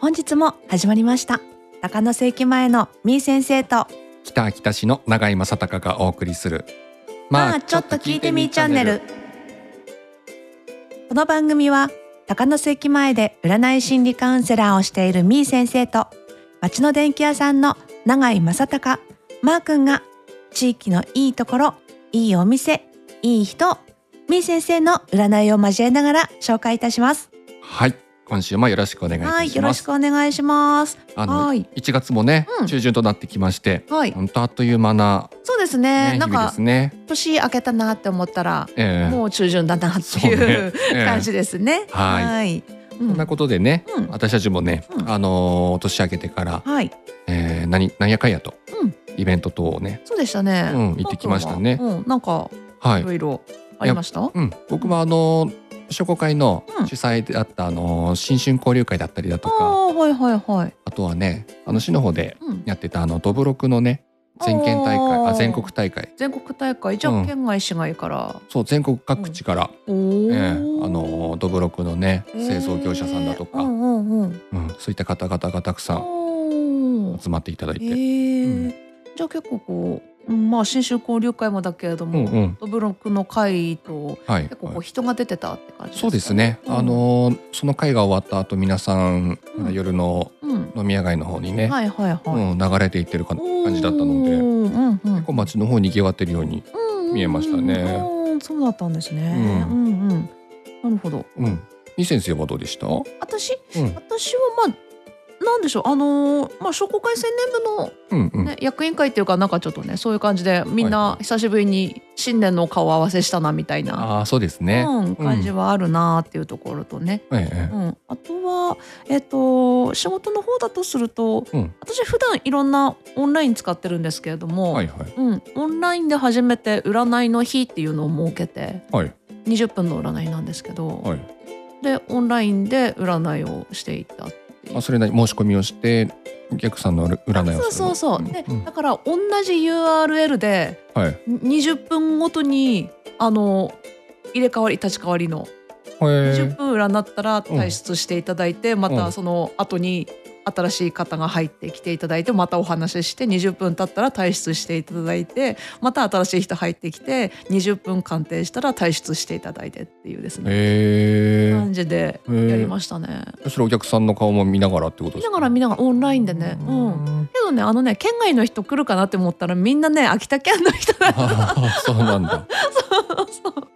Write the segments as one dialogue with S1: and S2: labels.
S1: 本日も始まりました高野世紀前のみー先生と
S2: 北秋田市の永井正孝がお送りする
S1: まあちょっと聞いてみーチャンネルこの番組は高野世紀前で占い心理カウンセラーをしているみー先生と町の電気屋さんの永井正隆マー君が地域のいいところいいお店いい人みー先生の占いを交えながら紹介いたします
S2: はい今週もよろしくお願いい
S1: は
S2: た
S1: い
S2: し
S1: よろ
S2: ま
S1: し
S2: す
S1: くお願いします
S2: あの
S1: はい
S2: 1月もね、
S1: うん
S2: 中旬となってきまして
S1: はい
S2: 本当あっという間な、
S1: そうですね
S2: ね
S1: な
S2: 日
S1: ん
S2: 々
S1: か
S2: ですね
S1: 年明けたなって思ったら、
S2: ええ
S1: もう中旬だなって
S2: そう
S1: いう、
S2: ねええ
S1: 感じですね。
S2: は
S1: い。
S2: い
S1: う
S2: そんなことでね、
S1: うん
S2: 私たちもね、
S1: うん
S2: あのー年明けてから、
S1: はい。
S2: えー、何何やかんやと、
S1: うん
S2: イベント等をね、
S1: そうでしたね。
S2: うん行ってきましたね
S1: パン君はうん、なんか
S2: はいい、
S1: ろいろありました。
S2: うん、僕もあのー商工会の
S1: うん
S2: 主催であった、あのー新春交流会だったりだと
S1: あ
S2: か、
S1: あ、はいはいはい。
S2: あとはねあの市の方で
S1: うん。
S2: やってたあのどぶろくのね全県大
S1: お
S2: 会
S1: ー
S2: あ全国大会
S1: 全国大会じゃ
S2: う
S1: あ
S2: ん
S1: 県外市外から。
S2: そう全国各地から、
S1: おお、
S2: ええあのどぶろくのね
S1: ええ
S2: 製造業者さんだとか、
S1: うんうんうん。
S2: うんそういった方々がたくさん
S1: おお。
S2: 集まっていただいて、
S1: ええじゃあ結構こう、うん、まあ新州交流会もだけれど
S2: う
S1: も、
S2: んうん
S1: ドブロックの会と
S2: はい
S1: 結構こ
S2: は
S1: う
S2: い
S1: 人が出てたって感じですか、
S2: そうですね、
S1: うん
S2: あのその会が終わった後皆さん、
S1: うん
S2: 夜の
S1: うん。
S2: 飲み屋街の方にね、
S1: はいはいはい。
S2: うん、流れていってるか
S1: おー
S2: 感じだったので
S1: うんうんうん
S2: 結構街の方にぎわってるように、
S1: うんうん
S2: 見えましたね
S1: うんそうだったんですね。う、
S2: うん
S1: うんなるほど。
S2: うん、いい先生はどうでした、うん
S1: 私、私はまあ、なんでしょう、あのーまあ、商工会青年
S2: うんう
S1: 部
S2: ん
S1: の、ね役員会っていうか、なんかちょっとね、そういう感じで、みん
S2: はい
S1: な
S2: は
S1: 久しぶりに新年の顔合わせしたなみたいな。
S2: ああそうですね、
S1: うん、感じはあるなーっていうところとね、
S2: ええ
S1: う、ん、あとは、えっと仕事の方だとすると、
S2: うん
S1: 私普段いろんなオンライン使ってるんですけれども、
S2: はいはい
S1: うん、オンラインで初めて占いの日っていうのを設けて
S2: はい
S1: 20分の占いなんですけど、
S2: はい
S1: でオンラインで占いをしていた
S2: あそれなり申し込みをしてお客さんの占いをするの
S1: そうそうそう、で
S2: うん
S1: だから同じ URL で
S2: はい
S1: 20分ごとにあの入れ替わり立ち替わりの20
S2: へ
S1: 分占ったら退出していただいて、ま
S2: う
S1: た
S2: ん
S1: その後に新しい方が入ってきていただいてまたお話しして20分経ったら退出していただいてまた新しい人入ってきて20分鑑定したら退出していただいてっていうです
S2: え
S1: ね
S2: へ
S1: 感じで
S2: え
S1: やりましたね。
S2: そしたらお客さんの顔も見ながらってことで
S1: 見
S2: す
S1: な
S2: か
S1: がら見ながらオンラインでね。うん
S2: ん
S1: けどねあのね県外の人来るかなって思ったらみんなね秋田県の人だった
S2: あーそうなんだ
S1: そう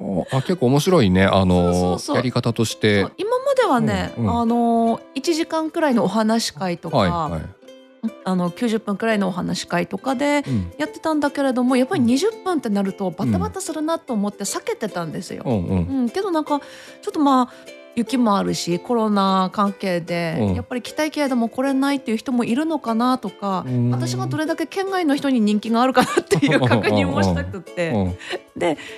S1: そう
S2: あ結構面白いねあの
S1: そうそうそう
S2: やり方として
S1: そう 今まではね、
S2: うんうん
S1: あの1時間くらいのお話し会とか、
S2: はいはい、
S1: あの90分くらいのお話し会とかで
S2: うん、
S1: やってたんだけれどもやっぱり
S2: うん
S1: 20分ってなるとバタバタするなと思って避けてたんですよ。
S2: うんうん
S1: うん、けどなんかちょっとまあ雪もあるしコロナ関係で、
S2: うん
S1: やっぱり来たいけれども来れないっていう人もいるのかなとか、
S2: うん
S1: 私がどれだけ県外の人に人気があるかなって いう確認もしたくって、
S2: うん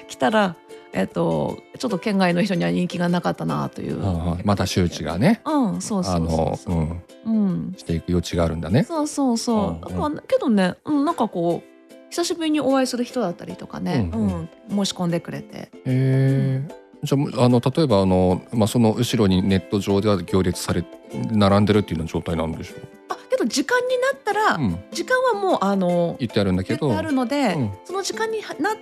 S1: 来たら、えっとちょっと県外の人には人気がなかったなという。
S2: あーまた周知がね
S1: うん、そうそう
S2: あ
S1: そう
S2: の
S1: そうう、
S2: ん
S1: うん、
S2: していく余地があるんだね
S1: そうそうそう。
S2: うんうん
S1: だからねけどね、うん、なんかこう久しぶりにお会いする人だったりとかね、う
S2: うんんう
S1: 申
S2: ん
S1: し込んでくれて、
S2: へえじゃああの例えばあの、まあ、その後ろにネット上では行列され並んでるっていうような状態なんでしょ
S1: あけど時間になったら、
S2: う、うん、
S1: 時間はもうあの
S2: 言ってあるんだけ
S1: 言っ
S2: ど
S1: てあるので、
S2: うん
S1: その時間になったら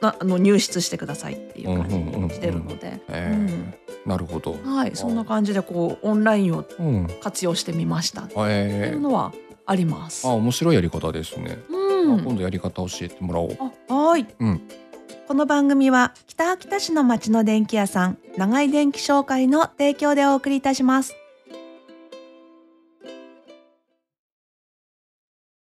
S1: なあの入室してくださいっていう感じ
S2: うんうんうんうん
S1: にしてるので、
S2: えーなるほど、
S1: うんはい、そんな感じでこうオンラインを
S2: うん
S1: 活用してみましたってい
S2: え
S1: う
S2: ー、
S1: のはあります
S2: あ。面白いやり方ですね、
S1: う
S2: あ今度やり方教えてもらおう
S1: あはい、
S2: うん
S1: この番組は北秋田市の町の電気屋さん長井電気商会の提供でお送りいたします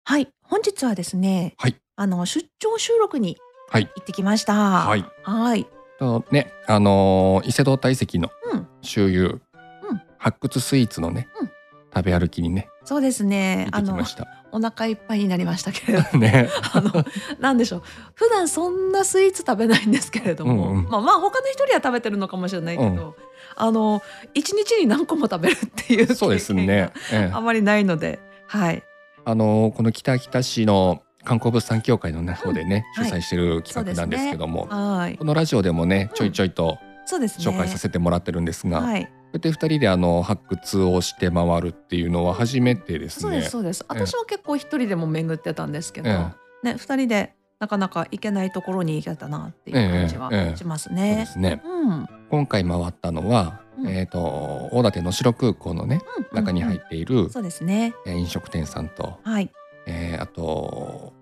S1: はい本日はですね、
S2: はい
S1: あの出張収録に行
S2: はい
S1: ってきました
S2: はい
S1: はい
S2: とねあのー伊勢堂大石の
S1: うん
S2: 周遊、
S1: うん
S2: 発掘スイーツのね、
S1: うん
S2: 食べ歩きにね
S1: そうですねあ
S2: 行ってき
S1: の
S2: ました
S1: お腹いっぱいになりましたけれど
S2: ね
S1: あのなんでしょう普段そんなスイーツ食べないんですけれども、
S2: うんうん
S1: まあまあ他の人には食べてるのかもしれないけど、
S2: うん
S1: あの一日に何個も食べるっていう経験が
S2: そうですね、ええ
S1: あまりないのではい
S2: あのーこの北秋田市の観光物産協会のね方でね、
S1: うんはい
S2: 主催してる
S1: そう
S2: 企
S1: で
S2: 画
S1: す
S2: な
S1: ね
S2: んですけども、
S1: はい
S2: このラジオでも
S1: う
S2: ね
S1: ん
S2: ちょいちょいと
S1: そうですね
S2: 紹介させてもらってるんですが、こ
S1: はい、
S2: うやって2人であの発掘をして回るっていうのは初めてです
S1: そう
S2: ね。
S1: ですそうです、私は結構一人でも巡ってたんですけど、
S2: え
S1: ね二人でなかなか行けないところに行けたなっていう感じは
S2: ええええ
S1: します
S2: そうで
S1: ね。
S2: すね
S1: うんうん
S2: 今回回ったのは、
S1: うん
S2: えー、と大館能代空港のね
S1: うん
S2: 中に入っている
S1: そうですね。
S2: えー飲食店さんと、
S1: はい、
S2: えーあと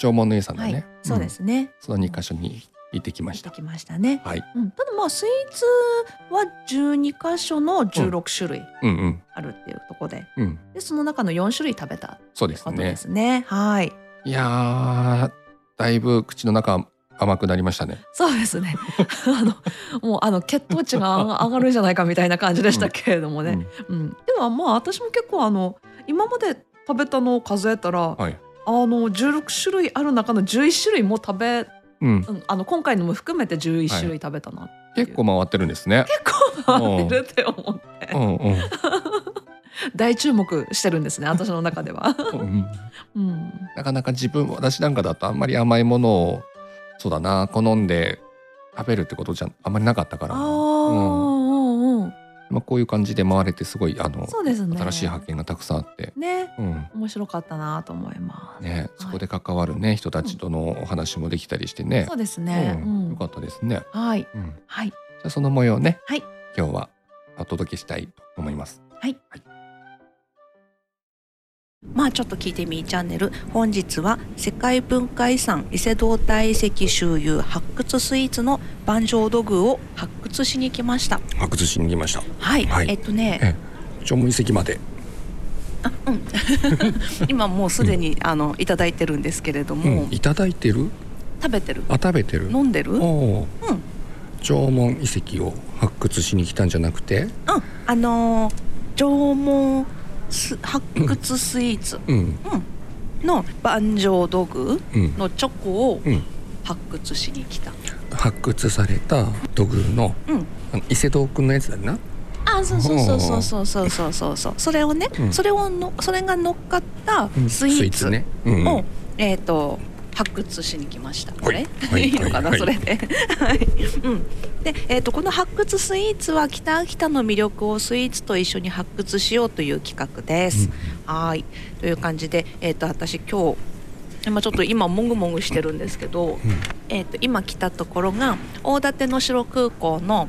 S2: 縄文の湯さんだ
S1: は
S2: ね、
S1: い、そうで
S2: ん
S1: すね。
S2: その2箇所に行ってきまし
S1: 行
S2: た
S1: って。きましたね。
S2: はい
S1: うん、ただまあスイーツは12箇所の16種類
S2: うんうん
S1: あるっていうところで
S2: うん、
S1: でその中の4種類食べた
S2: そうです
S1: こと
S2: ね
S1: で。すねはい
S2: いやーだいぶ口の中甘くなりましたね。
S1: そうですね あのもうあの血糖値が上がるんじゃないかみたいな感じでしたけれどもね、
S2: うん
S1: うん、ではまあ私も結構あの今まで食べたのを数えたら、
S2: はい
S1: あの16種類ある中の11種類も食べ、
S2: うん、
S1: うん、あの今回のも含めて11
S2: はい
S1: 種類食べたな、
S2: 結構回ってるんですね。
S1: 結構回ってるって思 う
S2: うんうん
S1: 大注目してるん ですね私の中では、
S2: うん
S1: うん、
S2: なかなか自分私なんかだとあんまり甘いものをそうだな好んで食べるってことじゃあんまりなかったか
S1: あ
S2: ら、
S1: あ、
S2: う
S1: う
S2: ん
S1: んうん、
S2: まあ、こういう感じで回れてすごいあの、
S1: そうですね
S2: 新しい発見がたくさんあって、
S1: ね
S2: うん
S1: 面白かったなと思います、
S2: ね、そこで関わる、ね人たちとのお話もできたりしてね
S1: そうですね、う
S2: う、
S1: んん
S2: よかったですね。
S1: はい
S2: うん、じ
S1: はい
S2: ゃあその模様ね、
S1: はい
S2: 今日はお届けしたいと思います。
S1: まあちょっと聞いてみーチャンネル本日は世界文化遺産伊勢堂大遺跡周遊発掘スイーツの万丈土偶を発掘しに来ました
S2: 発掘しに来ました。
S1: はい、
S2: はい
S1: えっとね
S2: え縄文遺跡まで。
S1: 今もうすでにあのいただいてるんですけれども、
S2: いただいてる？
S1: 食べてる
S2: あ食べてる
S1: 飲んでるうん
S2: おー縄文遺跡を発掘しに来たんじゃなくて、
S1: あのー縄文す発掘スイーツ
S2: うん
S1: の万丈土偶
S2: うん
S1: のチョコを
S2: うん
S1: 発掘しに来た、
S2: 発掘された土偶の,、
S1: うん
S2: あの伊勢洞君のやつだな。
S1: あそうそうそうそうそうそうそうそうそうそれをね、
S2: うん
S1: それをのそれが乗っかった
S2: うん
S1: スイーツを、
S2: ね。うんうん
S1: えっ、と発掘しに来ましたこれ、、
S2: はいい
S1: いのかな、
S2: はい
S1: それではい、うん、で、えー、とこの発掘スイーツは北秋田の魅力をスイーツと一緒に発掘しようという企画です、はーいという感じで、えー、と私今日今ちょっと今もぐもぐしてるんですけど、
S2: うん
S1: えー、と今来たところが大館能代空港の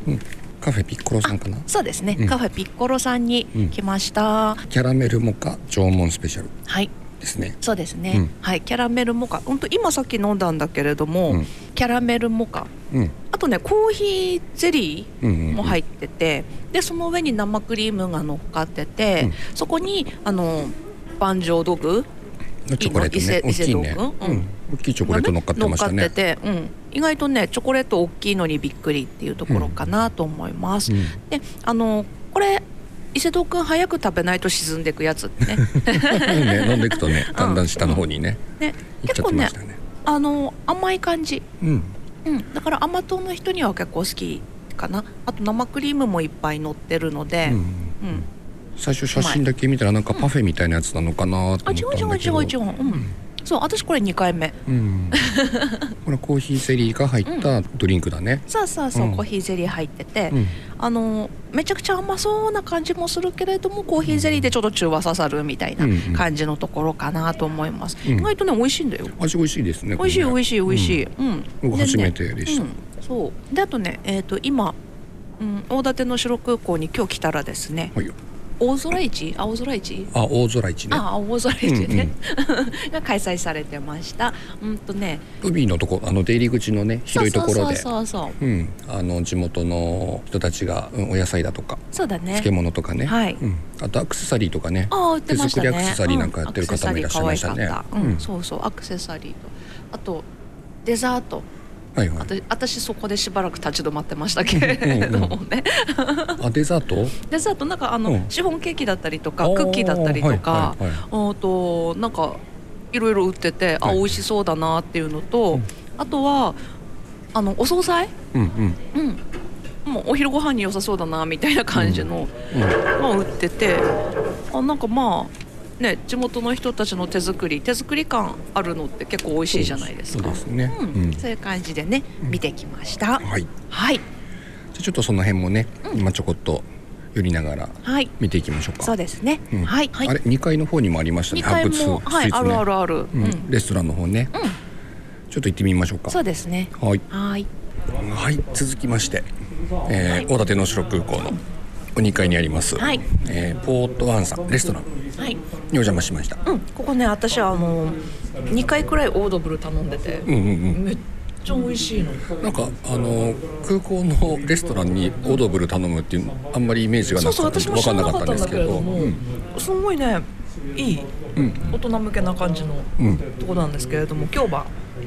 S2: カフェピッコロさんかな。
S1: そうですね、
S2: うん
S1: カフェピッコロさんに
S2: うん
S1: 来ました、
S2: キャラメルモカ縄文スペシャル
S1: はい
S2: ですね。
S1: そうですね、
S2: うん
S1: はいキャラメルモカ本当今さっき飲んだんだけれども、
S2: うん
S1: キャラメルモカ
S2: うん
S1: あとねコーヒーゼリ
S2: うんう
S1: ー
S2: ん。
S1: も入ってて、でその上に生クリームが乗っかってて、
S2: うん
S1: そこにあの万丈道具
S2: のチョコレートね。
S1: 伊勢
S2: 大きいね。
S1: 伊勢洞
S2: う
S1: 君うん
S2: ん。大きいチョコレート乗っかってました
S1: 乗
S2: ね
S1: っ。かってて、うん、意外とねチョコレート大きいのにびっくりっていうところかなと思います、
S2: うん
S1: であのこれ伊勢堂君早く食べないと沈んでいくやつ ってね
S2: ね飲んでいくとね、だんだん下の方にね、
S1: ね
S2: 行っちゃってましたね。
S1: あの甘い感じ
S2: うん。
S1: うん、だから甘党の人には結構好きかなあと生クリームもいっぱい乗ってるので、
S2: う
S1: うん
S2: ん最初写真だけ見たらなんかパフェみたいなやつなのかなと
S1: あ
S2: 思っ
S1: 違う違
S2: たん
S1: う
S2: だけ
S1: 違
S2: ど。
S1: う違う、うん、そう私これ2回目
S2: うん。 これコーヒーゼリーが入ったドリンクだね。
S1: さあさあそう、
S2: うん
S1: コーヒーゼリー入ってて、
S2: うん。
S1: あのめちゃくちゃ甘そうな感じもするけれどもコーヒーゼリーでちょっと中和刺さるみたいな
S2: うんうん
S1: 感じのところかなと思います、
S2: うん
S1: 意外とね美味しいんだよ
S2: 味美味しいですね。
S1: 美味しい美味
S2: しい。
S1: しい美味しい、うん
S2: 僕
S1: でね
S2: 初めてでした
S1: うん。、そうであとねえっ、と今、うん、大館の城空港に今日来たらですね
S2: はいよ。
S1: 大空市青空市
S2: あ、大空市ね。
S1: ああ大空市ね、 が開催されてましたうんとね
S2: 海のとこ、あの出入り口のね、広いところで。
S1: そうそうそうそう
S2: うん、あの地元の人たちが、うんお野菜だとか、
S1: そうだね
S2: 漬物とかね。
S1: はい
S2: うん、あとアクセサリーとかね。
S1: ああ売ってましたね
S2: 手作りアクセサリーなんかやってる方もいらっしゃいましたね
S1: うんアクセサリー可愛かったうん
S2: うん
S1: そうそうアクセサリーとあとデザート
S2: はいは
S1: あ
S2: い。
S1: と私そこでしばらく立ち止まってましたけれどもね
S2: あ、デザート。
S1: デザートなんかあ
S2: う
S1: の
S2: ん
S1: シフォンケーキだったりとかクッキーだったりとか
S2: あーはいはいはい
S1: あとなんかいろいろ売っててあ
S2: はい
S1: 美味しそうだなっていうのとあとはあのお惣菜
S2: うんうん
S1: うん、もうお昼ご飯に良さそうだなみたいな感じの
S2: うん
S1: が売っててあなんかまあね地元の人たちの手作り手作り感あるのって結構美味しいじゃないですか
S2: そうですね。
S1: うんそういう感じでね、見てきました
S2: うんはい。
S1: はい
S2: じゃあちょっとその辺もね、今ちょこっと寄りながら
S1: はい
S2: 見ていきましょうか
S1: そうですね、
S2: うん
S1: はい、はい
S2: あれ2階の方にもありましたね
S1: 2階
S2: 発
S1: も、
S2: 物
S1: はい、あるあるある、
S2: う
S1: うん
S2: ん、レストランの方ね、ちょっと行ってみましょうか
S1: そうですね
S2: はい
S1: はい
S2: はい続きまして、えー、大館能代空港の2階にあります、
S1: はい
S2: えーポートワンさんレストランに
S1: はい
S2: お邪魔しました、
S1: うん、ここね私はあの2回くらいオードブル頼んでて、
S2: うんうん
S1: めっちゃ美味しいの
S2: うん、なんかあのー空港のレストランにオードブル頼むっていうあんまりイメージが
S1: そ
S2: な
S1: うそう
S2: くて
S1: 私も
S2: 分
S1: 知
S2: からんな
S1: な
S2: か
S1: か
S2: っ
S1: ったた
S2: ん
S1: んだ
S2: です
S1: け
S2: け
S1: れ
S2: ど、
S1: ども、
S2: うん
S1: すごいねいい、大人向けな感じのとこなんですけれども今日は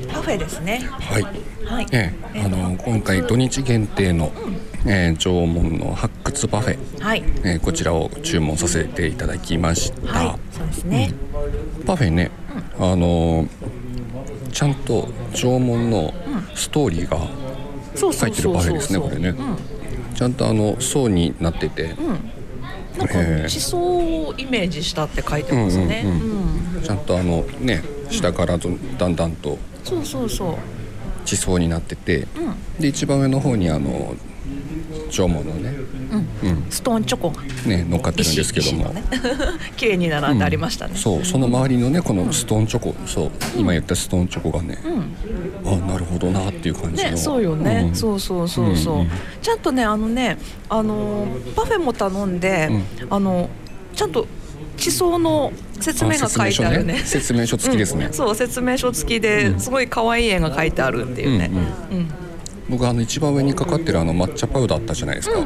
S1: パフェですね
S2: はい、
S1: はい、
S2: ええ、あのー今回土日限定の、えー縄文の発掘パフェ、
S1: はい
S2: えーこちらを注文させていただきました、
S1: はいそうですね、
S2: パフェね、あのーちゃんと縄文のストーリーが
S1: そうそ
S2: 入
S1: う
S2: ってる
S1: そ
S2: パ
S1: う
S2: フェ
S1: そう
S2: ですねこれね、
S1: うん
S2: ちゃんとあの層になってて、
S1: なんか
S2: ええ
S1: 地層をイメージしたって書いてますね、
S2: う
S1: うんん
S2: ちゃんとあのね下からどだんだんと
S1: そうそうそう
S2: 地層になってて、で一番上の方にあの縄文のね
S1: ストーンチョコが
S2: ね乗っかってるんですけ
S1: 石
S2: ども、
S1: 石のね 綺麗に並んでありましたね、
S2: そうその周りのねこのストーンチョコ、そう今言ったストーンチョコがね、あなるほどなっていう感じの、
S1: ね、そうよね、
S2: うん
S1: そうそうそうそう、
S2: うんうん
S1: ちゃんとねあのねあのーパフェも頼んで、あのちゃんと地層の説明が書いてあるね
S2: あ説明書ね説明書付きですね
S1: うんそう説明書付きですごい可愛い絵が書いてあるっていうね、うん
S2: 僕あの一番上にかかってるあの抹茶パウダーあったじゃないですか、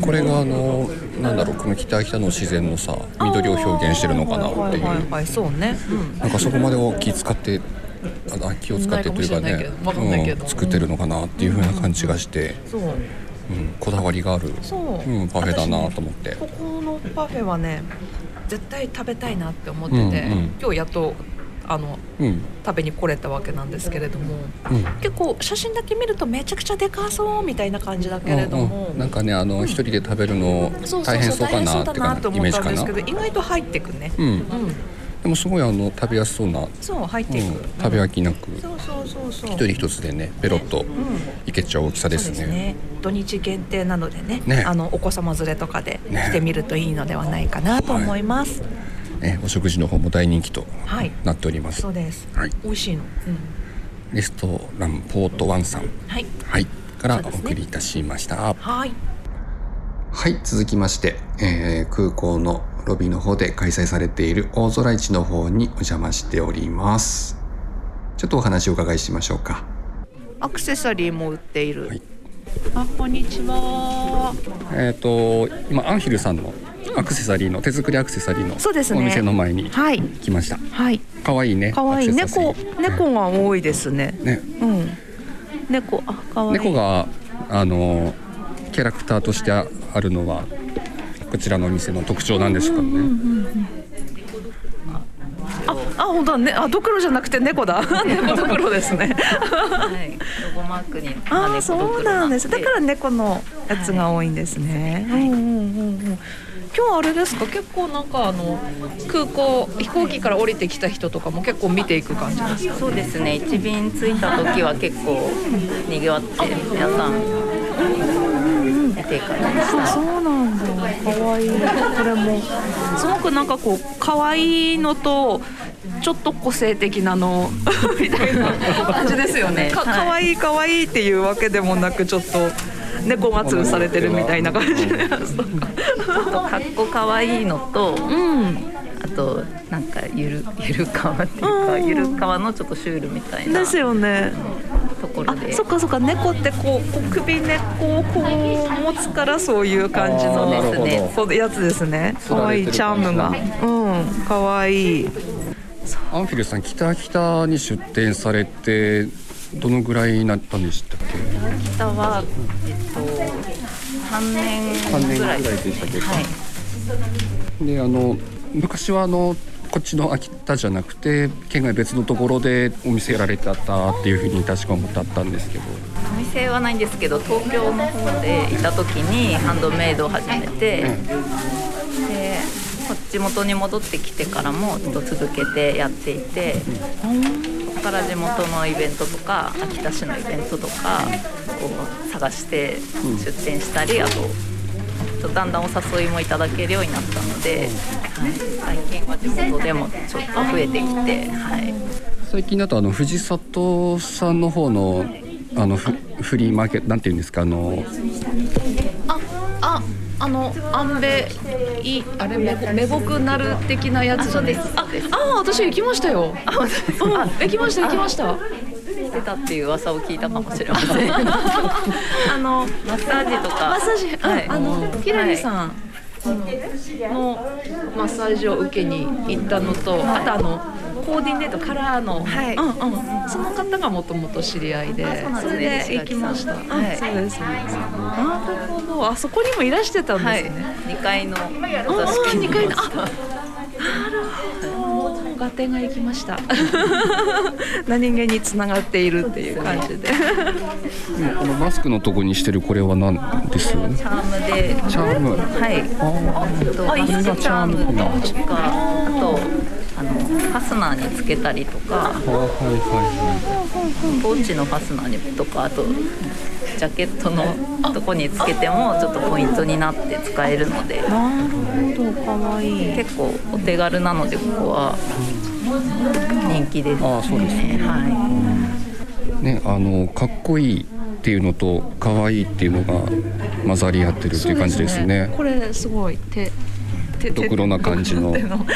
S2: これがあのなんだろうこの北北の自然のさ緑を表現してるのかなっていう、
S1: はいはいはいそうね、うん
S2: なんかそこまでを気使ってああ気を使ってというか
S1: ない
S2: ね
S1: かもしれないけどわかんないけど
S2: うん作ってるのかなっていう風な感じがして、
S1: そう
S2: うんこだわりがある
S1: そう、
S2: うんパフェだなと思っ
S1: 私
S2: て
S1: ねここのパフェはね絶対食べたいなって思ってて、
S2: うんうん
S1: 今日やっとあの
S2: うん
S1: 食べに来れたわけなんですけれども、
S2: うん
S1: 結構写真だけ見るとめちゃくちゃでかそうみたいな感じだけれども、
S2: うんうんなんかねあの一人で食べるの
S1: そうそう
S2: 大変
S1: そう
S2: そう
S1: 大
S2: か
S1: 変そ
S2: な
S1: う
S2: っ
S1: だ
S2: て
S1: な
S2: か
S1: と
S2: イ
S1: 思
S2: メ
S1: っ
S2: ージ
S1: たん
S2: か
S1: で
S2: な
S1: すけど意外と入ってくね、
S2: うん
S1: うん、
S2: でもすごいあの食べやすそうな、うん、
S1: そう入っていく、
S2: 食べ飽きなく一
S1: そうそうそうそう
S2: 人一つでねペロッといけちゃう大きさで
S1: そう
S2: す
S1: です
S2: ね
S1: ね土日限定なのでね
S2: ね
S1: あのお子様連れとかで
S2: ね
S1: 来てみるといいのではないかなと思います、
S2: えお食事の方も大人気と
S1: はい
S2: なっております、
S1: そうです、
S2: はい
S1: 美味しいの、うん、
S2: レストランポートワンさん
S1: はい
S2: はいから
S1: そう
S2: お
S1: ですね
S2: 送りいたしました、
S1: はい
S2: はい続きまして、えー空港のロビーの方で開催されている大空市の方にお邪魔しておりますちょっとお話をお伺いしましょうか
S1: アクセサリーも売っている、
S2: はい
S1: あこんにちは
S2: えっ、と今アンヒルさんのアクセサリーの手作りアクセサリーの
S1: そうですね
S2: お店の前に
S1: はい
S2: 来ました
S1: はい
S2: 可愛いね
S1: 可愛い
S2: アクセサリ
S1: 猫
S2: ー
S1: 猫が多いですね
S2: ね
S1: うん猫あ可愛い
S2: 猫があのキャラクターとしてあるのはこちらのお店の特徴なんですからね、
S1: ああ本当だねあドクロじゃなくて猫だ 猫ドクロですね
S3: はい、ロゴマークに。
S1: あそうなんですだから
S3: ね。
S1: 猫のやつが多いんですね、うんうんうんうん今日あれですか結構なんかあの空港飛行機から降りてきた人とかも結構見ていく感じですか
S3: そうですね。一便着いた時は結構賑わって皆さん出ていかれました。
S1: そうなんだ可愛いこれも すごくなんかこう可愛いのとちょっと個性的なのみたいな感じですよねか
S3: はい
S1: 可愛い可愛いっていうわけでもなくちょっと猫がつるされてるみたいな感じでそうか
S3: かっこかわいいのと、
S1: うん
S3: あとなんかゆる ゆるかわっていうか、
S1: うん
S3: ゆるかわのちょっとシュールみたいな
S1: です
S3: と
S1: よね
S3: ころ
S1: あ
S3: で。
S1: そっかそっか猫ってこうこう首根っこをこう持つからそういう感じの
S3: あーなるほど
S1: こうやつですね可愛いチャームがうん可愛い
S2: アンフィルさん北北に出店されてどのぐらいになったんでしたっけ
S3: 北はえっと三年ぐらいですね。
S2: 三年ぐらいでしたっ
S3: はい。
S2: であの昔はあのこっちの秋田じゃなくて県外別のところでお店やられてたっていうふうに確か思ってあったんですけど
S3: お店はないんですけど東京の方でいた時にハンドメイドを始めて、でこっち元に戻ってきてからもずっと続けてやっていて、だから地元のイベントとか秋田市のイベントとかこう探して出店したり、あとちょっとだんだんお誘いもいただけるようになったので、はい、最近は地元でもちょっと増えてきて、はい、
S4: 最近だとあの藤里さんの方のあのフフリーマーケットなんていうんですかあの
S1: あああのアンベいあれめごめごくなる的なやつじゃないですかああ私行きましたよあ行きました行きました
S3: 出たっていう噂を聞いたかもしれませんあのマッサージとか
S1: マッサージ、
S3: はい
S1: あのキラリさんのマッサージを受けに行ったのと、あとあのコーディネートカラーの、
S3: はい
S1: うんうん、その方がもともと知り合いで、
S3: そうなん
S1: そ
S3: です
S1: れ
S3: ね
S1: で行きました。
S3: 西垣
S1: う
S3: さん
S1: ん
S3: はい
S1: そうです、ね。なるほど、あそこにもいらしてたん
S3: は
S1: で
S3: い
S1: すね。
S3: 二階の
S1: お
S3: お座
S1: お
S3: 敷に
S1: 二
S3: いまし
S1: 階
S3: た
S1: のあなるほど合点が行きました 何気につながっているっていう感じで
S4: 今このマスクのとこにしてるこれは何ですチ
S3: チャームで
S4: ャーム
S3: はい
S4: あ
S3: えっとバスチャームとかあとあのファスナーにつけたりとか
S4: あはいは
S3: ポーチのファスナーにとかあとジャケットのとこにつけてもちょっとポイントになって使えるので
S1: なるほどかわいい
S3: 結構お手軽なのでここは人気です、ね、
S4: あそうですね
S3: はい
S4: いはいねあのかっこいいっていうのと可愛いっていうのが混ざり合ってるっていう感じですね
S1: これすごい手手
S4: ドクロな感じの
S1: 手の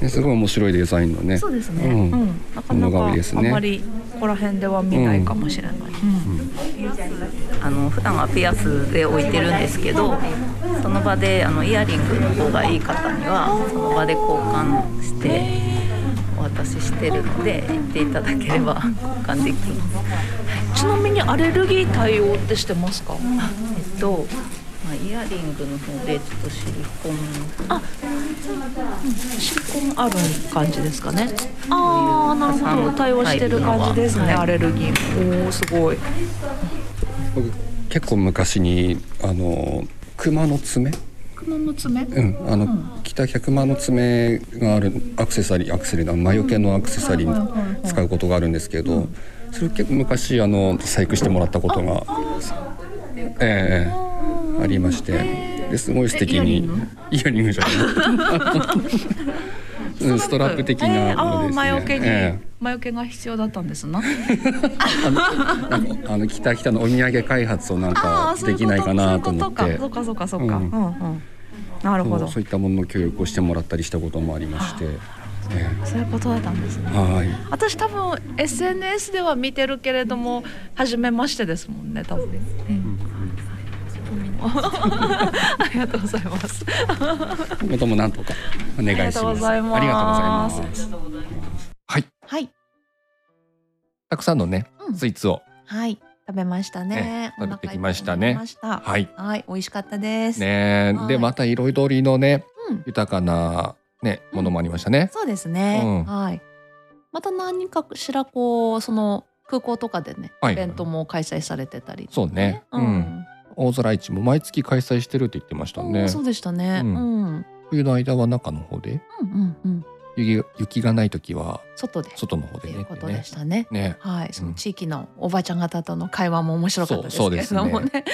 S4: ねすごい面白いデザインのね
S1: そうですね、
S4: うん
S1: うん、なかな
S4: 物が多
S1: か
S4: いです
S1: あ
S4: ね
S1: んまりここら辺では見ないかもしれない、
S3: あの普段はピアスで置いてるんですけどその場であのイヤリングの方がいい方にはその場で交換してお渡ししてるので行っていただければ交換できます。
S1: ちなみにアレルギー対応ってしてますか
S3: えっとまあイヤリングの方でちょっとシリコンの
S1: シリコンある感じですかねああなるほど対応してる感じですね、
S3: はい
S1: アレルギーもおおすごい
S4: 僕結構昔にあの熊の爪
S1: 熊の爪
S4: うん、あの、北百万の爪があるアクセサリーアクセサリーだ魔除けのアクセサリーに使うことがあるんですけど、それ結構昔あの細工してもらったことがええええありましてですごい素敵にイヤリングじゃ ない、うん、ストラップ的
S1: え
S4: な
S1: ー、あ
S4: もの
S1: あ
S4: です
S1: 魔
S4: ね
S1: 除けに、
S4: え
S1: 魔除けが必要だったんですな
S4: えなんかあの北北のお土産開発をなんかできないかなと思っ
S1: そうい
S4: て
S1: うことかそうかそうかそうか、
S4: う
S1: うんんうんなるほ
S4: そ
S1: ど
S4: う
S1: そ
S4: そうういったものの協力をしてもらったりしたこともありまして、え
S1: いうことだったんですね
S4: えはい。
S1: 私多分 SNS では見てるけれども初めましてですもんね多分、 ありがとうございます
S4: 今後ともなんとかお願いします。
S1: ありがとうございます
S4: ありがとうございます。
S2: はい
S5: はい
S2: たくさんのね、
S5: うん
S2: スイーツを
S5: はい食べましたね
S2: ね食べてきましたね
S5: お腹いっぱいになりました
S2: はい
S5: はい美味しかったです
S2: ね
S5: はい
S2: でまた色々りのね
S5: うん
S2: 豊かなねものもありましたね、
S5: そうですね、
S2: うん
S5: はいまた何かしらこうその空港とかでね、
S2: はい
S5: イベントも開催されてたりとか
S2: そうね
S5: うん、
S2: 大空市も毎月開催してるって言ってました
S5: う
S2: ね
S5: んそうでしたね、
S2: う
S5: うんん、うん
S2: 冬の間は中の方で
S5: うんうん
S2: 雪が雪がない時は
S5: 外で
S2: 外の方
S5: と
S2: で
S5: い
S2: ね
S5: う
S2: っ
S5: こ
S2: て
S5: と
S2: ね
S5: でしたね
S2: ね
S5: はい、その地域のおばちゃん方との会話も面白かったです
S2: そう
S5: けれども
S2: そう
S5: ね。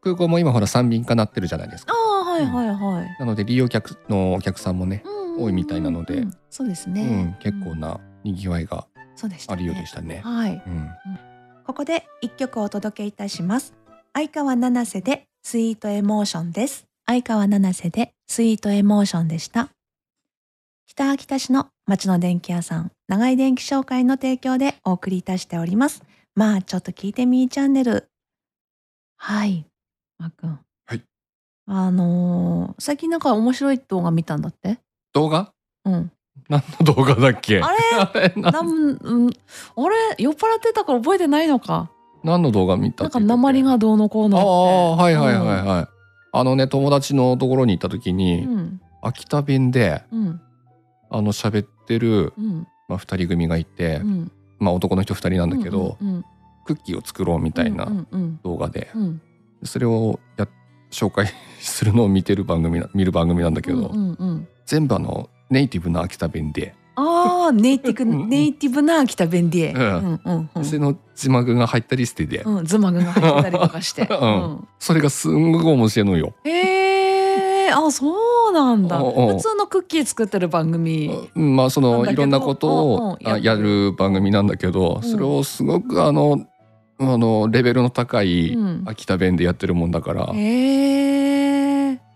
S2: 空港も今ほら三便化なってるじゃないです
S5: あ
S2: か
S5: あはいはいはい。
S2: なので利用客のお客さんもね、
S5: うん
S2: 多いみたいなので
S5: うんそうです
S2: う
S5: ね、
S2: ん、結構な賑わいが
S5: そうでした
S2: あ
S5: ね
S2: るようでしたね。
S5: はい、
S2: うん、
S5: ここで一曲お届けいたします。相川七瀬でスイートエモーションです。相川七瀬でスイートエモーションでした。北秋田市の町の電気屋さん、長井電気商会の提供でお送りいたしております。まあ、ちょっと聞いてみーチャンネル。はい、まーくん。
S2: はい。
S5: あのー最近なんか面白い動画見たんだって
S2: 動画
S5: うん。
S2: 何の動画だっけ
S5: あれ
S2: あれな
S5: なん、うん、あれ酔っ払ってたから覚えてないのか。
S2: 何の動画見た
S5: な
S2: って
S5: んか
S2: 言ったっけ
S5: 鉛がどうのこう
S2: あ
S5: のって。
S2: あはいはいはいはい、あのね友達のところに行った時に、
S5: うん
S2: 秋田弁で
S5: うん
S2: あの喋ってる、
S5: うん
S2: まあ、2人組がいて、
S5: うん
S2: まあ、男の人2人なんだけど、
S5: うんうん
S2: クッキーを作ろうみたいな
S5: うんうん
S2: 動画で、
S5: うんうん
S2: それをや紹介 するのを見てる番組な見る番組なんだけど、
S5: うんうんうん
S2: 全部あのネイティブな秋田弁で
S5: あああ、ネイティブ、ネイティブな北弁で。
S2: うん
S5: うんうんう
S2: それ
S5: ん
S2: の字幕が入ったりしてて、
S5: うん。ズマグが入ったりとかして。
S2: う
S5: うんん
S2: それがすんごく面白いのよ。
S5: ええ、あ、そうなんだ。
S2: おうおう
S5: 普通のクッキー作ってる番組。
S2: うんまあそ
S5: なんだ
S2: の
S5: けど
S2: いろんなことを
S5: うんうん
S2: あやる番組なんだけど
S5: ん
S2: それをすごくあのあのレベルの高い
S5: うん
S2: 秋田弁でやってるもんだから
S5: ええ。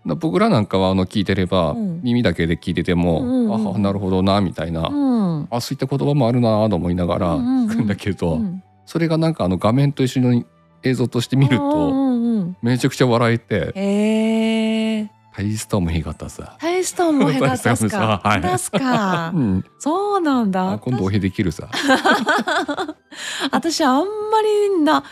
S2: な僕らなんかはあの聞いてれば
S5: うん
S2: 耳だけで聞いてて
S5: うんうんうん
S2: もあなるほどなみたいな
S5: うん。
S2: あそういった言葉もあるなと思いながら
S5: うんうんうん
S2: 聞くんだけ
S5: う
S2: ど
S5: ん
S2: それがなんかあの画面と一緒に映像として見る
S5: うん
S2: と
S5: うんうん
S2: めちゃくちゃ笑えて
S5: ええ。
S2: 「大スターもがったさ」
S5: 大ストーンも隔たすか。
S2: はい
S5: 隔たす
S2: う
S5: か。
S2: ん
S5: そうなんだ。
S2: あ今度おへできるさ」
S5: 私あんまりな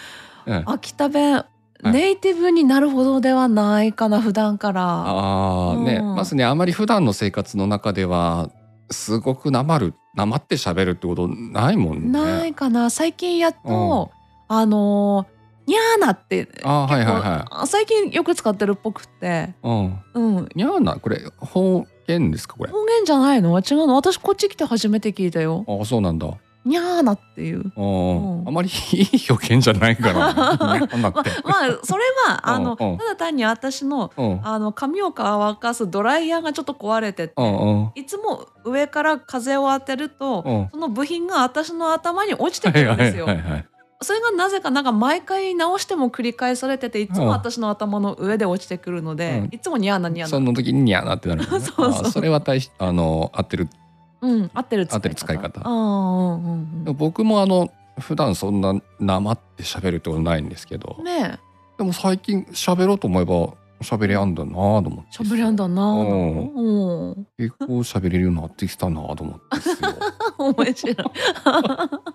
S2: うん
S5: 秋田弁
S2: い
S5: ネイティブになるほどではないかな普段から。
S2: ああね、
S5: うん
S2: まずねあまり普段の生活の中ではすごくなまるなまって喋るってことないもんね。
S5: ないかな最近やっと、あのーにゃーなって
S2: あーはいはいは
S5: こう最近よく使ってるっぽくって、
S2: い。うん。
S5: うん、
S2: にゃーなこれ方言ですかこれ。
S5: 方言じゃないの違うの私こっち来て初めて聞いたよ
S2: ああそうなんだ。うん
S5: にゃーなっていう。うん
S2: あまりいい表現じゃない から、ね。にゃーな
S5: ま
S2: って。
S5: ま あそれはあの
S2: うんうん
S5: ただ単に私の
S2: うん
S5: あの髪を乾かすドライヤーがちょっと壊れてて
S2: うんうん
S5: いつも上から風を当てると、
S2: うん。
S5: その部品が私の頭に落ちて
S2: は
S5: く
S2: い
S5: るん
S2: は
S5: で
S2: い
S5: すよ。
S2: はいはい。
S5: それがなぜかなんか毎回直しても繰り返されてていつ
S2: うん
S5: も私の頭の上で落ちてくるので、
S2: うん
S5: いつもニヤなニヤ
S2: そ
S5: な。
S2: の時ににゃーなってなるもんね、
S5: そうそう
S2: あーれは大しあの合ってる。
S5: うん、合ってる使い方。
S2: 合ってる使い方
S5: うんうんうんう
S2: 僕もあの普段そんななまって喋るってことないんですけど
S5: ん。。ねえ、
S2: でも最近喋ろうと思えば喋れやんだなと思って
S5: しゃべりあんだな。う
S2: うん
S5: ん、面
S2: 結構喋れるようになってきたなと思ってですよ、
S5: 白い。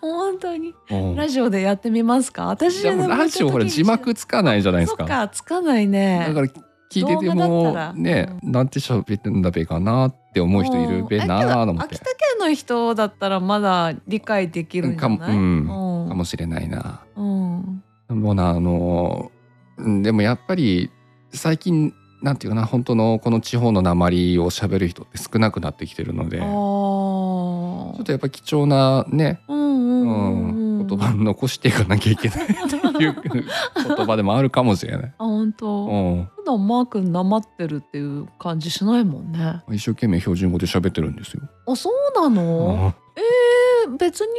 S5: 本当に
S2: うん
S5: ラジオでやってみますか。私
S2: でもラジオほら字幕つかないじゃないです
S5: そ
S2: か
S5: っかつかないね。
S2: だから聞いてて
S5: 動画
S2: も
S5: だったら
S2: ね、なんて喋ってんだべかなって思う人いるべ
S5: うん
S2: なと
S5: えけど
S2: 思っ
S5: 秋
S2: て
S5: 田県の人だったらまだ理解できるんじゃない
S2: かもうん
S5: うん
S2: かもしれないな
S5: うん
S2: もうなあのうんでもやっぱり最近なんていうかな本当のこの地方の鉛を喋る人って少なくなってきてるので
S5: あ
S2: ちょ
S5: ー
S2: っとやっぱ貴重なね
S5: うんうんうん
S2: う
S5: うんん
S2: 言葉に残していかなきゃいけないっていう 言葉でもあるかもしれない。
S5: あ本当、
S2: うん、
S5: 普段マー君なまってるっていう感じしないもんね
S2: 一生懸命標準語で喋ってるんですよ。
S5: あそうなの、えー、別に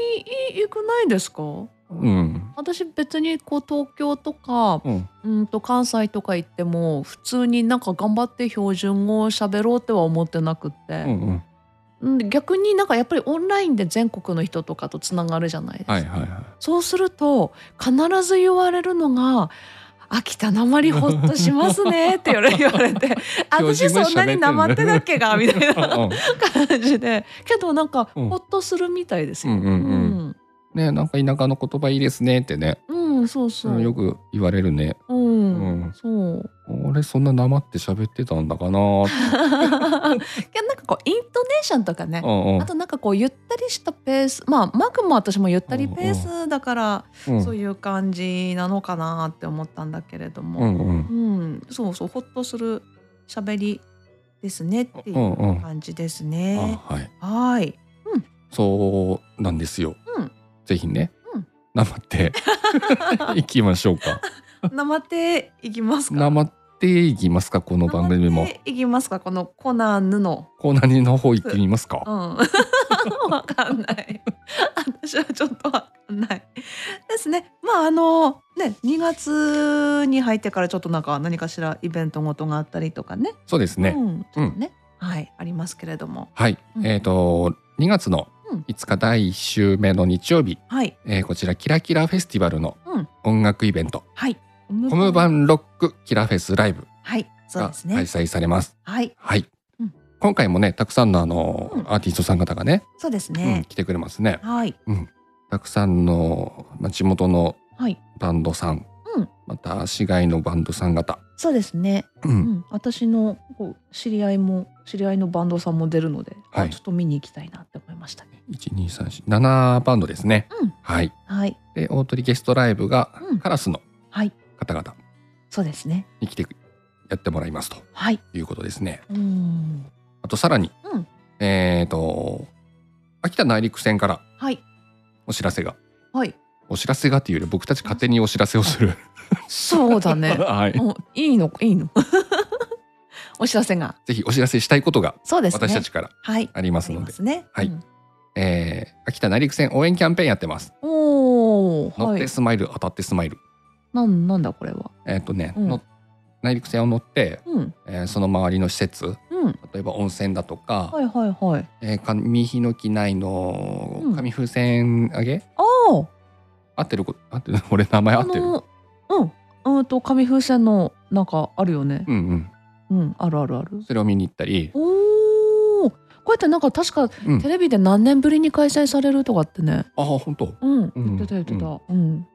S5: いい良くないですか
S2: うん、
S5: 私別にこう東京とか
S2: うん、
S5: うんと関西とか行っても普通になんか頑張って標準語を喋ろうっては思ってなくって、
S2: うん、うん、
S5: うん逆になんかやっぱりオンラインで全国の人とかとつながるじゃないですか、
S2: はい、はい、は
S5: そうすると必ず言われるのが「秋田なまりほっとしますね」って言われ言われ て「
S2: 標
S5: 私
S2: 準語で喋ってる
S5: そんなになまってたっけが」みたい
S2: い。
S5: な感じでけどなんか
S2: うん
S5: ほっとするみたいです
S2: う
S5: よ。
S2: ん、うん、う、
S5: うんん、
S2: ね、なんか田舎の言葉いいですねってね、
S5: うんそうそう。
S2: よく言われるね。
S5: うん
S2: うん
S5: そう。
S2: 俺そんななまって喋ってたんだかなって。
S5: いやなんかこうイントネーションとかね
S2: う。ん、うん
S5: あとなんかこうゆったりしたペースまあマークも私もゆったりペースだから
S2: うん、
S5: そういう感じなのかなって思ったんだけれども、
S2: うん、うん、
S5: うん、そうそう、ほっとする喋りですねってい
S2: うん
S5: う
S2: うん
S5: 感じです
S2: あ、
S5: ね。
S2: はい、
S5: はい。
S2: そうなんですよ。
S5: うん
S2: ぜひね
S5: うん、
S2: なまって。 いきましょうか。
S5: なまっていきます か。
S2: なまっていきますか、この
S5: なま
S2: 番組も
S5: っ。ていきますか、このコナンヌの。
S2: コーナーの方行ってみます
S5: う
S2: か。
S5: ん。 わかんない。私はちょっとわかんない。ですね。まあ、あの、ね、2月に入ってから、ちょっとなんか、何かしらイベントごとがあったりとかね。
S2: そうですね。
S5: うん、ちょっとね。はい、ありますけれども。
S2: はい。
S5: うん
S2: えっ、と2月の
S5: うん
S2: 5日第1週目の日曜日、
S5: はい。
S2: えーこちらキラキラフェスティバルの
S5: うん
S2: 音楽イベント、
S5: はい。コ
S2: コムバ。ンロックキラフェスライブ
S5: はい。そう
S2: が
S5: です
S2: 開
S5: ね。
S2: 催されます。
S5: はい。
S2: はい。
S5: うん
S2: 今回もねたくさんのあの、
S5: うん
S2: アーティストさん方がね、
S5: そうです
S2: うん
S5: ね。
S2: 来てくれますね。
S5: はい。
S2: たくさんの、まあ、地元の
S5: はい。
S2: バンドさん、
S5: うん
S2: また市外のバンドさん方、
S5: そうですね。
S2: うん
S5: うん、私のこう知り合いも知り合いのバンドさんも出るので、
S2: はい
S5: あちょっと見に行きたいなって思いましたね。
S2: 12347バンドですね。
S5: うん
S2: はい。
S5: はい。
S2: で大鳥ゲストライブが
S5: うん
S2: カラスの
S5: はい
S2: 方々
S5: そうですね。
S2: に来てやってもらいますと
S5: はい。
S2: いうことですね。
S5: うん。
S2: あとさらに、
S5: うん
S2: ええっ、と秋田内陸線から
S5: はい
S2: お知らせが
S5: はい
S2: お知らせがっていうより僕たち勝手にお知らせをする、
S5: そうだね
S2: はい、
S5: うんいいのいいの お知らせが
S2: ぜひお知らせしたいことが
S5: そうですね
S2: 私たちから
S5: はい
S2: ありま
S5: あ
S2: す
S5: り
S2: の
S5: ま
S2: で、
S5: すね
S2: はい
S5: うん
S2: えー秋田内陸線応援キャンペーンやってます。
S5: おー
S2: 乗っ
S5: は
S2: て
S5: い
S2: スマイル、当たってスマイル。
S5: なんなんだこれは
S2: えっ、とね、
S5: うん
S2: の内陸線を乗って、
S5: うん
S2: えーその周りの施設
S5: うん
S2: 例えば温泉だとか、
S5: はいはいはい
S2: えー上ヒノキ内の
S5: うん
S2: 上風船揚げ、
S5: おー
S2: 合ってるこ合ってる 俺名前合
S5: あ
S2: ってる
S5: のうんうんと紙風船のなんかあるよね
S2: うんうん
S5: うんあるあるある
S2: それを見に行ったり、
S5: おおこうやってなんか確か
S2: うん
S5: テレビで何年ぶりに開催されるとかってね
S2: ああ本当
S5: うん
S2: うん
S5: 言ってた言ってたうん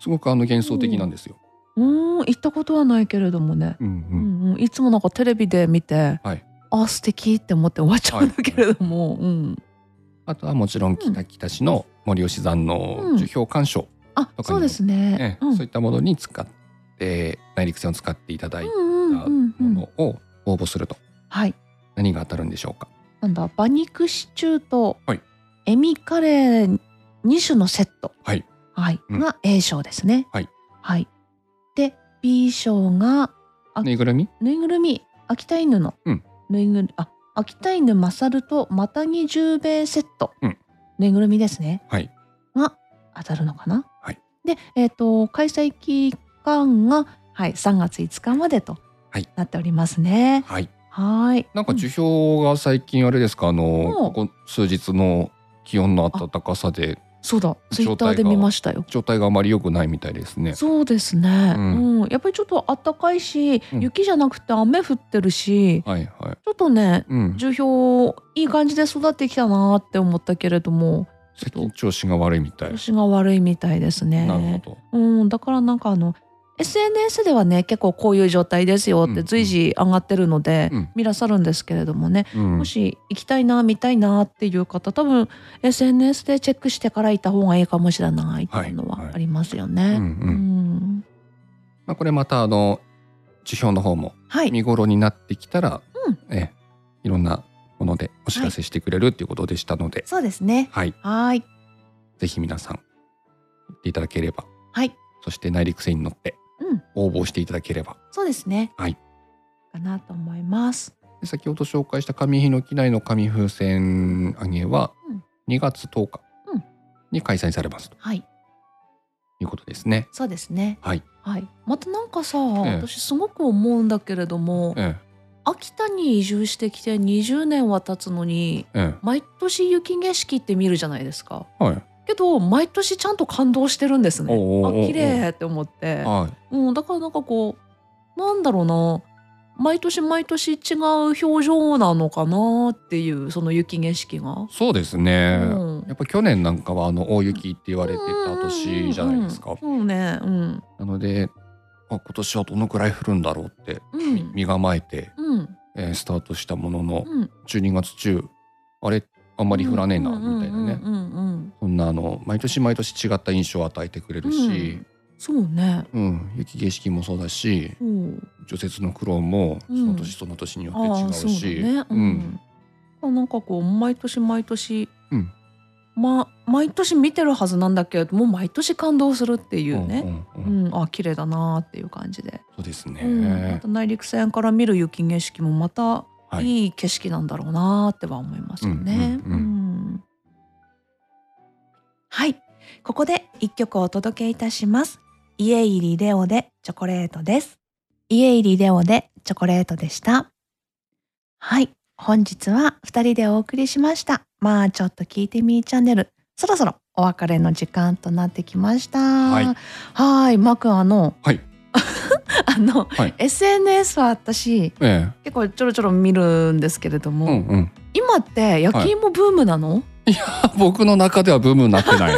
S2: すごくあの幻想的なんですよ、
S5: うん行ったことはないけれどもね
S2: うんう
S5: うんんうんいつもなんかテレビで見て
S2: はい
S5: あ素敵って思って終わっちゃうんだけれどもうん
S2: あとはもちろん北北市の森吉山
S5: う
S2: の
S5: ん
S2: 樹氷鑑賞、
S5: あ
S2: とかにも
S5: そうです
S2: え
S5: ね
S2: え
S5: うん
S2: そういったものに使って内陸線を使っていただいた
S5: うんうんうんう
S2: も
S5: ん
S2: のを応募すると
S5: はい
S2: 何が当たるんでしょうか
S5: なんだ馬肉シチューと
S2: はい
S5: エミカレー2種のセット、
S2: はい
S5: はい
S2: うん
S5: が A 賞ですね。
S2: はい
S5: はいで B 賞があ
S2: ぬいぐるみ
S5: ぬいぐるみ秋田犬の、
S2: うん
S5: ぬいぐるあ秋田犬マサルとマタギ十兵衛セット、
S2: うん
S5: ぬいぐるみですね、
S2: はい
S5: が当たるのかな。
S2: はい
S5: で、えっと開催期間が、はい、3月5日までと
S2: はい
S5: なっておりますね。
S2: はい
S5: はい
S2: なんか樹氷が最近あれですかあ
S5: う
S2: の
S5: ん
S2: ここ数日の気温の暖かさで
S5: そうだ、ツイッ
S2: 状態
S5: タ
S2: が
S5: ーで見ましたよ。
S2: 状態があまり良くないみたいですね
S5: そうですね、
S2: う
S5: うんんやっぱりちょっと暖かいし、
S2: うん
S5: 雪じゃなくて雨降ってるし
S2: はいはい
S5: ちょっとね
S2: うん
S5: 樹氷いい感じで育ってきたなって思ったけれどもち
S2: 最
S5: ょ
S2: 近
S5: っ
S2: 調子が悪いみた
S5: と
S2: い
S5: 調子が悪いみたいです
S2: なるほ
S5: ね。
S2: ど
S5: うん、だからなんかあの SNS ではね結構こういう状態ですよっ
S2: う
S5: て
S2: ん
S5: 随時上がってるので、
S2: うん
S5: 見らさるんですけれどもね、
S2: うん
S5: もし行きたいな見たいなっていう方多分 SNS でチェックしてから行った方がいいかもしれないっていうの
S2: はいは
S5: はいありますよ
S2: うんう
S5: ね。
S2: ん
S5: うん
S2: まあこれまたあの樹氷の方も
S5: はい、
S2: 見頃になってきたら
S5: うん
S2: えいろんなものでお知らせしてくれるっていうことでしたので
S5: そうですね。
S2: はい
S5: はーい。
S2: ぜひ皆さん行っていただければ
S5: はい。
S2: そして内陸線に乗って
S5: うん
S2: 応募していただければ、
S5: そうですね。
S2: はい。
S5: かなと思います。
S2: で先ほど紹介した紙ヒノキ内の紙風船揚げは
S5: うん
S2: 2月10日
S5: うん
S2: に開催されますと
S5: はい。
S2: いうことですね。
S5: そうですね。
S2: はい。
S5: はい。またなんかさ、
S2: ええ
S5: 私すごく思うんだけれども、
S2: え
S5: 秋田に移住してきて20年は経つのに、
S2: ええ
S5: 毎年雪景色って見るじゃないですか。
S2: えはい
S5: けど毎年ちゃんと感動してるんですね。
S2: おうおうおうおう
S5: あ綺麗って思って。
S2: はい
S5: うん、だからなんかこうなんだろうな毎年毎年違う表情なのかなっていうその雪景色が。
S2: そうですね。
S5: うん
S2: やっぱ去年なんかはあの大雪って言われてた年じゃないですか。
S5: うんうんうんうんそうね、うん、
S2: なので、あ今年はどのくらい降るんだろうって
S5: うん、
S2: 身構えて、
S5: うん、
S2: えースタートしたものの、
S5: うん、
S2: 12月中あれあんまり降らねえなみたいなね。
S5: うん、うん、うん、
S2: そんなあの毎年毎年違った印象を与えてくれるし、
S5: そうね。
S2: うん雪景色もそうだし
S5: うん、
S2: 除雪の苦労もそ
S5: うん
S2: の年その年によって
S5: あ
S2: 違
S5: あ、
S2: う
S5: そう
S2: し、
S5: だね。うん。なんかこう毎年毎年、
S2: うん
S5: ま毎年見てるはずなんだけれども毎年感動するっていううんね。
S2: うん
S5: う
S2: うん
S5: ん、あ綺麗だなっていう感じで。
S2: そうです
S5: うん、ま
S2: ね
S5: た、内陸線から見る雪景色もまた
S2: はい、
S5: いい景色なんだろうなっては思いますよね。
S2: うんうんう
S5: うんはい、ここで一曲お届けいたします。家入りレオでチョコレートです。家入りレオでチョコレートでした。はい、本日は二人でお送りしました。まあちょっと聞いてみーチャンネル。そろそろお別れの時間となってきました。
S2: い
S5: はーい、マー君あの、
S2: はい
S5: あの、
S2: はい
S5: SNS は私
S2: え
S5: 結構ちょろちょろ見るんですけれども、
S2: えうんうん
S5: 今って焼き芋ブームなの、
S2: 僕の中ではブームになって ない、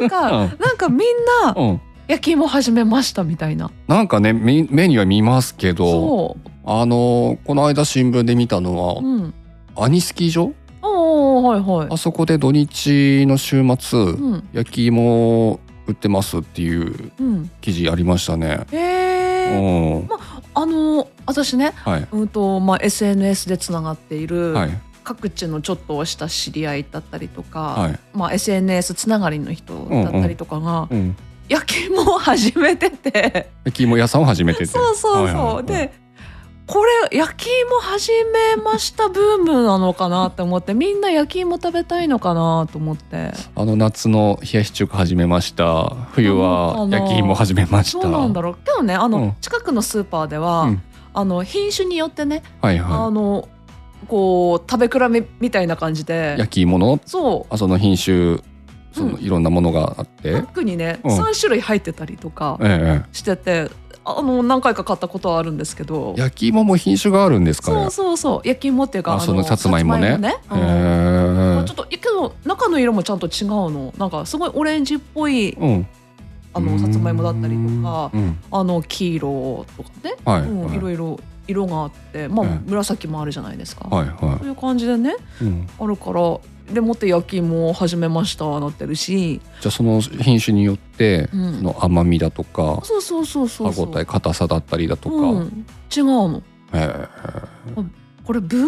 S5: な んかなんかみんな
S2: うんうん、
S5: 焼き芋始めましたみたいな
S2: なんかねみメニューは見ますけど
S5: そ
S2: あのこの間新聞で見たの
S5: う
S2: は、
S5: うん
S2: アニスキー場
S5: おおはいは
S2: あそこで土日の週末、
S5: いうん
S2: 焼き芋売ってますっていう
S5: うん
S2: 記事ありましたね。
S5: へ
S2: う
S5: え
S2: ん、
S5: あの私ね
S2: はい
S5: うんとまあ SNS でつながっている、
S2: はい
S5: 各地のちょっとした知り合いだったりとか、
S2: はい
S5: まあ、SNS つながりの人だったりとかが、
S2: うん、
S5: 焼き芋を始めて て
S2: 焼き芋屋さんを始めてて
S5: そうそう
S2: はい
S5: そう、
S2: はいはい
S5: でこれ焼き芋始めましたブームなのかなって思ってみんな焼き芋食べたいのかなと思って
S2: あの夏の冷やし中華始めました冬は焼き芋始めました
S5: そうなんだろう今日ねあの、
S2: うん
S5: 近くのスーパーでは、
S2: うん
S5: あの品種によってね、
S2: はいは
S5: あのこう食べ比べみたいな感じ
S2: い
S5: で
S2: 焼き芋の
S5: そ
S2: あその品種その
S5: うん
S2: いろんなものがあって、
S5: うパ
S2: え
S5: ックにね、
S2: うん
S5: 3種類入ってたりとか
S2: ええ
S5: しててあの何回か買ったことはあるんですけど
S2: え焼き芋も品種があるんですか
S5: そ
S2: ね
S5: うそうそう焼き芋っていうか
S2: あ
S5: あ
S2: そのさつまいもね
S5: さつまいもねうん
S2: へ
S5: ちょっとけど中の色もちゃんと違うのなんかすごいオレンジっぽい
S2: えうん
S5: あのさつまいもだったりとか
S2: うん
S5: あの黄色とかね、
S2: はい、
S5: うん
S2: はい
S5: いろいろ色があってまあ
S2: うん
S5: 紫もあるじゃないですか、
S2: はいは
S5: そういう感じでね
S2: い、うん、
S5: あるからでもって焼き芋を始めましたなってるし、
S2: じゃあその品種によって、
S5: うん
S2: その甘みだとか
S5: そうそうそうそ
S2: 歯
S5: うそ
S2: ご
S5: う
S2: たえ硬さだったりだとか、
S5: うん、違うの
S2: へえ
S5: これブー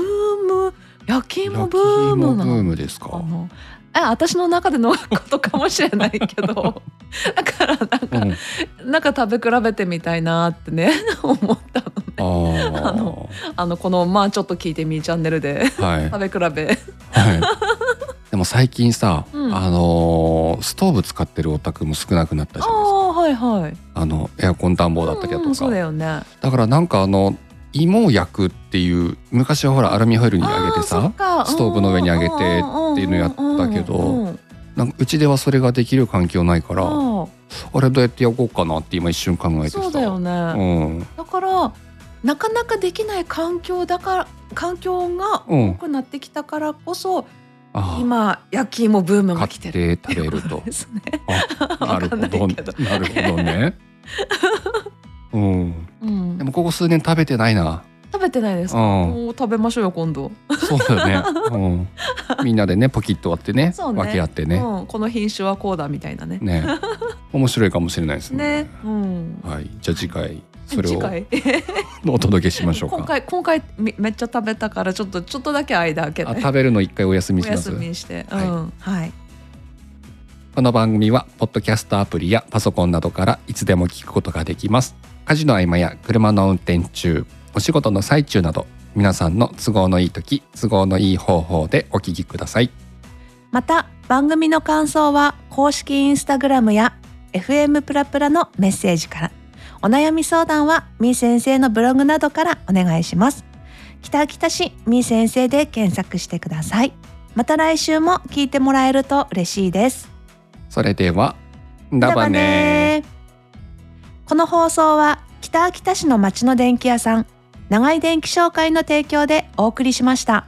S5: ム焼き芋
S2: 焼
S5: ブ
S2: き
S5: ー
S2: 芋
S5: ム
S2: ブ
S5: なの
S2: ームですか
S5: あのえ私の中でのことかもしれない けどだからなんか、
S2: うん
S5: なんか食べ比べてみたいなってね思ったの
S2: あー
S5: あのあのこの「まあちょっと聞いてみーチャンネル」で
S2: はい
S5: 食べ比べ
S2: はい。でも最近さ、
S5: うん
S2: あのーストーブ使ってるお宅も少なくなったじ
S5: あ
S2: ゃないですか。
S5: あはいはい
S2: あのエアコン暖房だったりだ
S5: う
S2: と
S5: んそ
S2: か。
S5: うだよね
S2: だからなんかあの芋を焼くっていう昔はほらアルミホイルにあげて
S5: あーそ
S2: さ
S5: っ、か
S2: ストーブの上に上げてっていうのやったけど
S5: うんうんうんうん
S2: なんかうちではそれができる環境ないから、あれどうやって焼こうかなって今一瞬考えてさ。
S5: そうだよね、
S2: うん。
S5: だからなかなかできない環境だから環境が
S2: う
S5: 多
S2: ん。
S5: くなってきたからこそ
S2: あー
S5: 今焼き芋ブームが
S2: 買
S5: 来
S2: って
S5: てる
S2: て食べると。
S5: ですね。
S2: な
S5: わ
S2: るほ
S5: かんないけ
S2: ど。
S5: ど
S2: なるほどね。うん。
S5: うん
S2: でもここ数年食べてないな。
S5: 食べてないです
S2: う
S5: か。
S2: ん。
S5: もう食べましょうよ今度。
S2: そうだよね、うん、みんなでねポキッと割ってね
S5: そうね
S2: 分け合ってね,、
S5: うん、この品種はこうだみたいなね。
S2: ね面白いかもしれないですね
S5: ね、うん。
S2: はいじゃあ次回それ
S5: 次
S2: を
S5: 回
S2: お届けしましょうか
S5: 今回今回めめっちゃ食べたからちょっとちょっとだけ間開け
S2: あ
S5: て
S2: 食べるの一回お休み
S5: お
S2: します
S5: 休みして、
S2: はい
S5: うんはい
S2: この番組はポッドキャストアプリやパソコンなどからいつでも聞くことができます家事の合間や車の運転中お仕事の最中など皆さんの都合のいい時都合のいい方法でお聞きください
S6: また番組の感想は公式インスタグラムや FM プラプラのメッセージからお悩み相談はみー先生のブログなどからお願いします北秋田市みー先生で検索してくださいまた来週も聞いてもらえると嬉しいです
S2: それではだば
S6: だ
S2: ね
S6: ばねこの放送は北秋田市の町の電気屋さん長井電気商会の提供でお送りしました